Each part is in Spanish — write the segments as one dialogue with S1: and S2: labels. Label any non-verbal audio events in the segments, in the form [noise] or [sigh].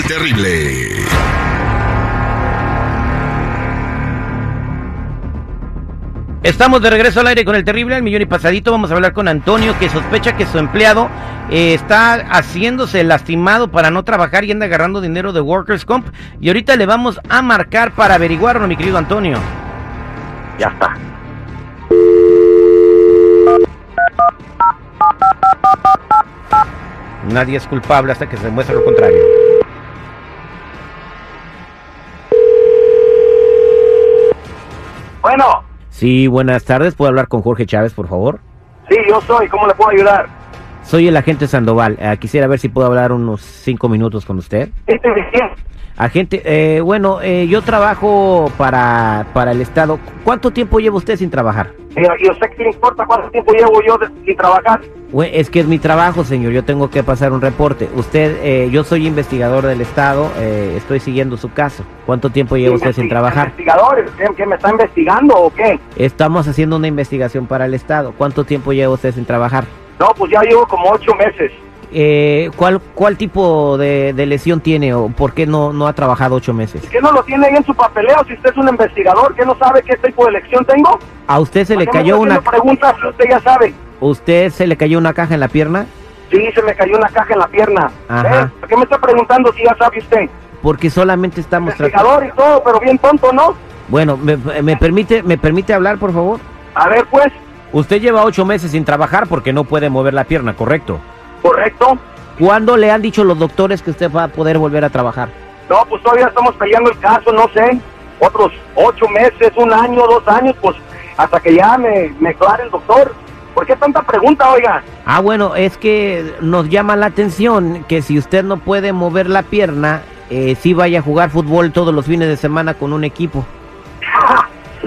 S1: terrible.
S2: Estamos de regreso al aire con el terrible al millón y pasadito. Vamos a hablar con Antonio que sospecha que su empleado eh, está haciéndose lastimado para no trabajar y anda agarrando dinero de Workers Comp. Y ahorita le vamos a marcar para averiguarlo, mi querido Antonio.
S3: Ya está.
S2: Nadie es culpable hasta que se demuestre lo contrario.
S3: Bueno,
S2: Sí, buenas tardes. ¿Puedo hablar con Jorge Chávez, por favor?
S3: sí, yo soy. ¿Cómo le puedo ayudar?
S2: Soy el agente Sandoval. Eh, quisiera ver si puedo hablar unos cinco minutos con usted.
S3: Este es recién.
S2: Agente, eh, bueno, eh, yo trabajo para, para el Estado. ¿Cuánto tiempo lleva usted sin trabajar?
S3: Mira, yo sé que no importa cuánto tiempo llevo yo de- sin trabajar.
S2: Bue- Es que es mi trabajo, señor. Yo tengo que pasar un reporte. Usted, eh, yo soy investigador del Estado. eh, estoy siguiendo su caso. ¿Cuánto tiempo lleva usted sin
S3: Investi-
S2: trabajar?
S3: ¿Investigadores? ¿Qué, qué me está investigando o qué?
S2: Estamos haciendo una investigación para el Estado. ¿Cuánto tiempo lleva usted sin trabajar?
S3: No, pues ya llevo como ocho meses.
S2: Eh, ¿cuál, ¿Cuál tipo de, de lesión tiene o por qué no, no ha trabajado ocho meses?
S3: ¿Qué no lo tiene ahí en su papeleo? Si usted es un investigador, ¿qué no sabe qué tipo de elección tengo?
S2: ¿A usted se le
S3: ¿Para qué me
S2: cayó
S3: está
S2: una
S3: haciendo preguntas, usted ya sabe.
S2: usted se le cayó una caja en la pierna?
S3: Sí, se me cayó una caja en la pierna.
S2: Ajá.
S3: ¿Eh? ¿Por qué me está preguntando si ya sabe usted?
S2: Porque solamente estamos tratando.
S3: Investigador y todo, pero bien tonto, ¿no?
S2: Bueno, me, me permite me permite hablar, por favor.
S3: A ver, pues,
S2: Usted lleva ocho meses sin trabajar porque no puede mover la pierna, correcto.
S3: correcto.
S2: ¿Cuándo le han dicho los doctores que usted va a poder volver a trabajar?
S3: No, pues todavía estamos peleando el caso, no sé. Otros ocho meses, un año, dos años, pues hasta que ya me, me aclare el doctor. ¿Por qué tanta pregunta, oiga? [laughs]
S2: Ah, bueno, es que nos llama la atención que si usted no puede mover la pierna, eh, sí vaya a jugar fútbol todos los fines de semana con un equipo.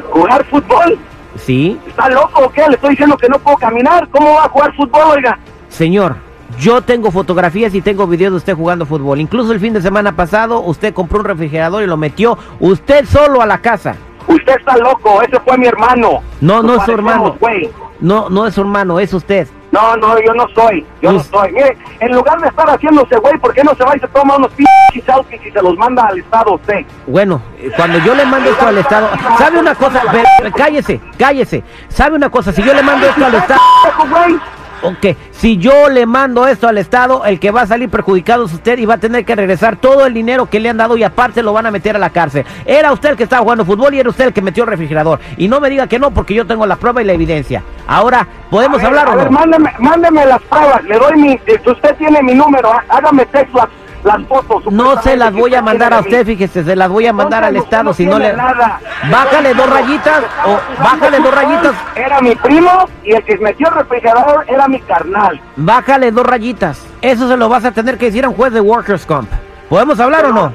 S3: ¿Jugar fútbol?
S2: Sí,
S3: ¿Está loco o qué? Le estoy diciendo que no puedo caminar. ¿Cómo va a jugar fútbol, oiga?
S2: señor. Yo tengo fotografías y tengo videos de usted jugando fútbol. Incluso el fin de semana pasado usted compró un refrigerador y lo metió usted solo a la casa.
S3: Usted está loco, ese fue mi hermano.
S2: No, no
S3: Nos
S2: es su
S3: parecemos,
S2: hermano.
S3: güey.
S2: No, no es su hermano, es usted.
S3: No, no, yo no soy, yo no
S2: Us-
S3: soy. Mire, en lugar de estar haciéndose güey, ¿por qué no se va y se toma unos pinches outfits y se los manda al Estado a usted?
S2: Bueno, eh, cuando yo le mando esto al Estado, ¿sabe una cosa? Ve- Cállese, cállese. ¿Sabe una cosa? Si yo le mando esto al Estado,
S3: Pendejo, güey.
S2: ok, si yo le mando esto al Estado, el que va a salir perjudicado es usted y va a tener que regresar todo el dinero que le han dado y aparte lo van a meter a la cárcel. Era usted el que estaba jugando fútbol y era usted el que metió el refrigerador. Y no me diga que no, porque yo tengo la prueba y la evidencia. Ahora, ¿podemos
S3: A ver,
S2: hablar
S3: a
S2: o no?
S3: ver, mándeme, mándeme las pruebas, le doy mi, eh, usted tiene mi número, há- hágame texto las, las fotos.
S2: No se las voy a mandar a usted,
S3: supuestamente,
S2: fíjese, se las voy a
S3: que
S2: mandar al
S3: Entonces,
S2: Estado,
S3: usted
S2: si no
S3: tiene
S2: le...
S3: nada.
S2: Bájale
S3: Entonces,
S2: dos rayitas,
S3: estaba
S2: o
S3: jugando
S2: bájale dos
S3: fútbol,
S2: rayitas,
S3: Era mi primo y el que metió el refrigerador era mi carnal.
S2: bájale dos rayitas. Eso se lo vas a tener que decir a un juez de Workers' Comp. ¿Podemos hablar o no?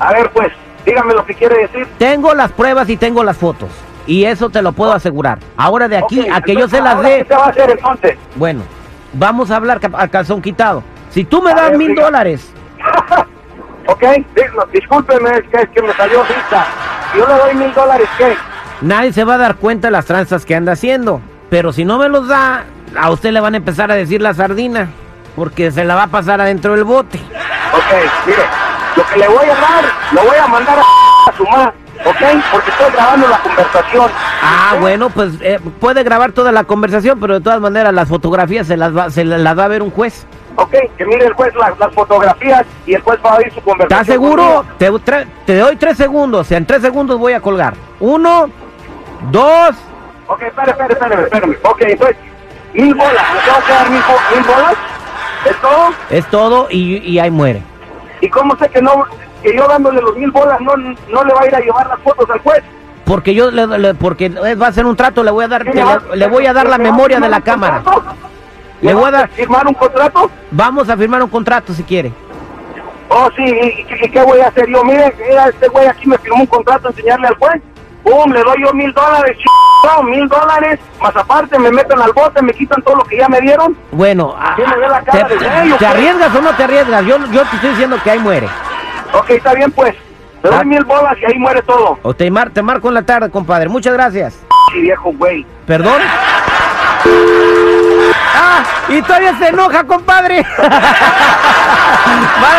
S3: A ver, pues, dígame lo que quiere decir.
S2: Tengo las pruebas y tengo las fotos. Y eso te lo puedo asegurar. Ahora de aquí
S3: Ok,
S2: a que yo
S3: entonces,
S2: se las
S3: ¿ahora
S2: dé,
S3: ¿Qué se va a hacer entonces?
S2: bueno, vamos a hablar cap- al calzón quitado. Si tú me
S3: A
S2: das
S3: ver,
S2: mil
S3: diga.
S2: dólares,
S3: ok, dígalo, discúlpeme, es que, es que me salió vista. Yo le doy mil dólares, ¿qué?
S2: nadie se va a dar cuenta de las tranzas que anda haciendo. Pero si no me los da, a usted le van a empezar a decir la sardina. Porque se la va a pasar adentro del bote.
S3: Ok, mire, lo que le voy a dar, lo voy a [laughs] mandar a, a su mamá, ¿ok? Porque estoy grabando la conversación.
S2: Ah, bueno, pues eh, puede grabar toda la conversación, pero de todas maneras las fotografías se las va, se la- las va a ver un juez.
S3: Ok, que mire el juez la- las fotografías y el juez va a oír su conversación.
S2: ¿Estás seguro?
S3: conmigo.
S2: Te, tre- te doy tres segundos. En tres segundos voy a colgar. Uno, dos.
S3: Ok, espere, espere, espere, espérame. Ok, entonces, mil bolas, ¿me tengo que dar mil, bo- mil bolas? ¿Es todo?
S2: Es todo y, y ahí muere.
S3: ¿Y cómo sé que no, que yo dándole los mil bolas no, no le va a ir a llevar las fotos al juez?
S2: Porque yo, le, le- porque eh, va a ser un trato, le voy a dar,
S3: ¿Qué
S2: le,
S3: va-
S2: le voy a dar la
S3: me va
S2: memoria de
S3: firmar
S2: la
S3: un
S2: cámara.
S3: contrato?
S2: Le
S3: ¿Me
S2: voy a
S3: va
S2: dar-
S3: ¿Firmar un contrato?
S2: Vamos a firmar un contrato si quiere.
S3: Oh, sí, ¿y, y qué- y qué voy a hacer yo? Mire, mira, este güey aquí me firmó un contrato a enseñarle al juez. ¡Pum! Le doy yo mil dólares, ch... mil dólares. Más aparte, me meten al bote, me quitan todo lo que ya me dieron.
S2: Bueno, a-
S3: ¿Quién me ve la cara
S2: te,
S3: de gallo,
S2: ¿te
S3: pues?
S2: arriesgas o no te arriesgas? Yo, yo te estoy diciendo que ahí muere.
S3: Ok, está bien, pues. Le
S2: Ah.
S3: doy mil bolas y ahí muere todo.
S2: O te, mar, te marco en la tarde, compadre. Muchas gracias.
S3: Sí, viejo güey.
S2: ¿Perdón? ¡Ah! Y todavía se enoja, compadre. Vale,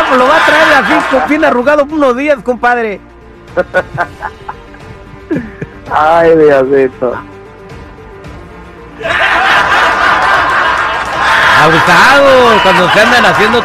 S2: pues lo va a traer así, con bien arrugado unos días, compadre.
S3: Ay, Dios mío.
S2: Abusados, cuando se andan haciendo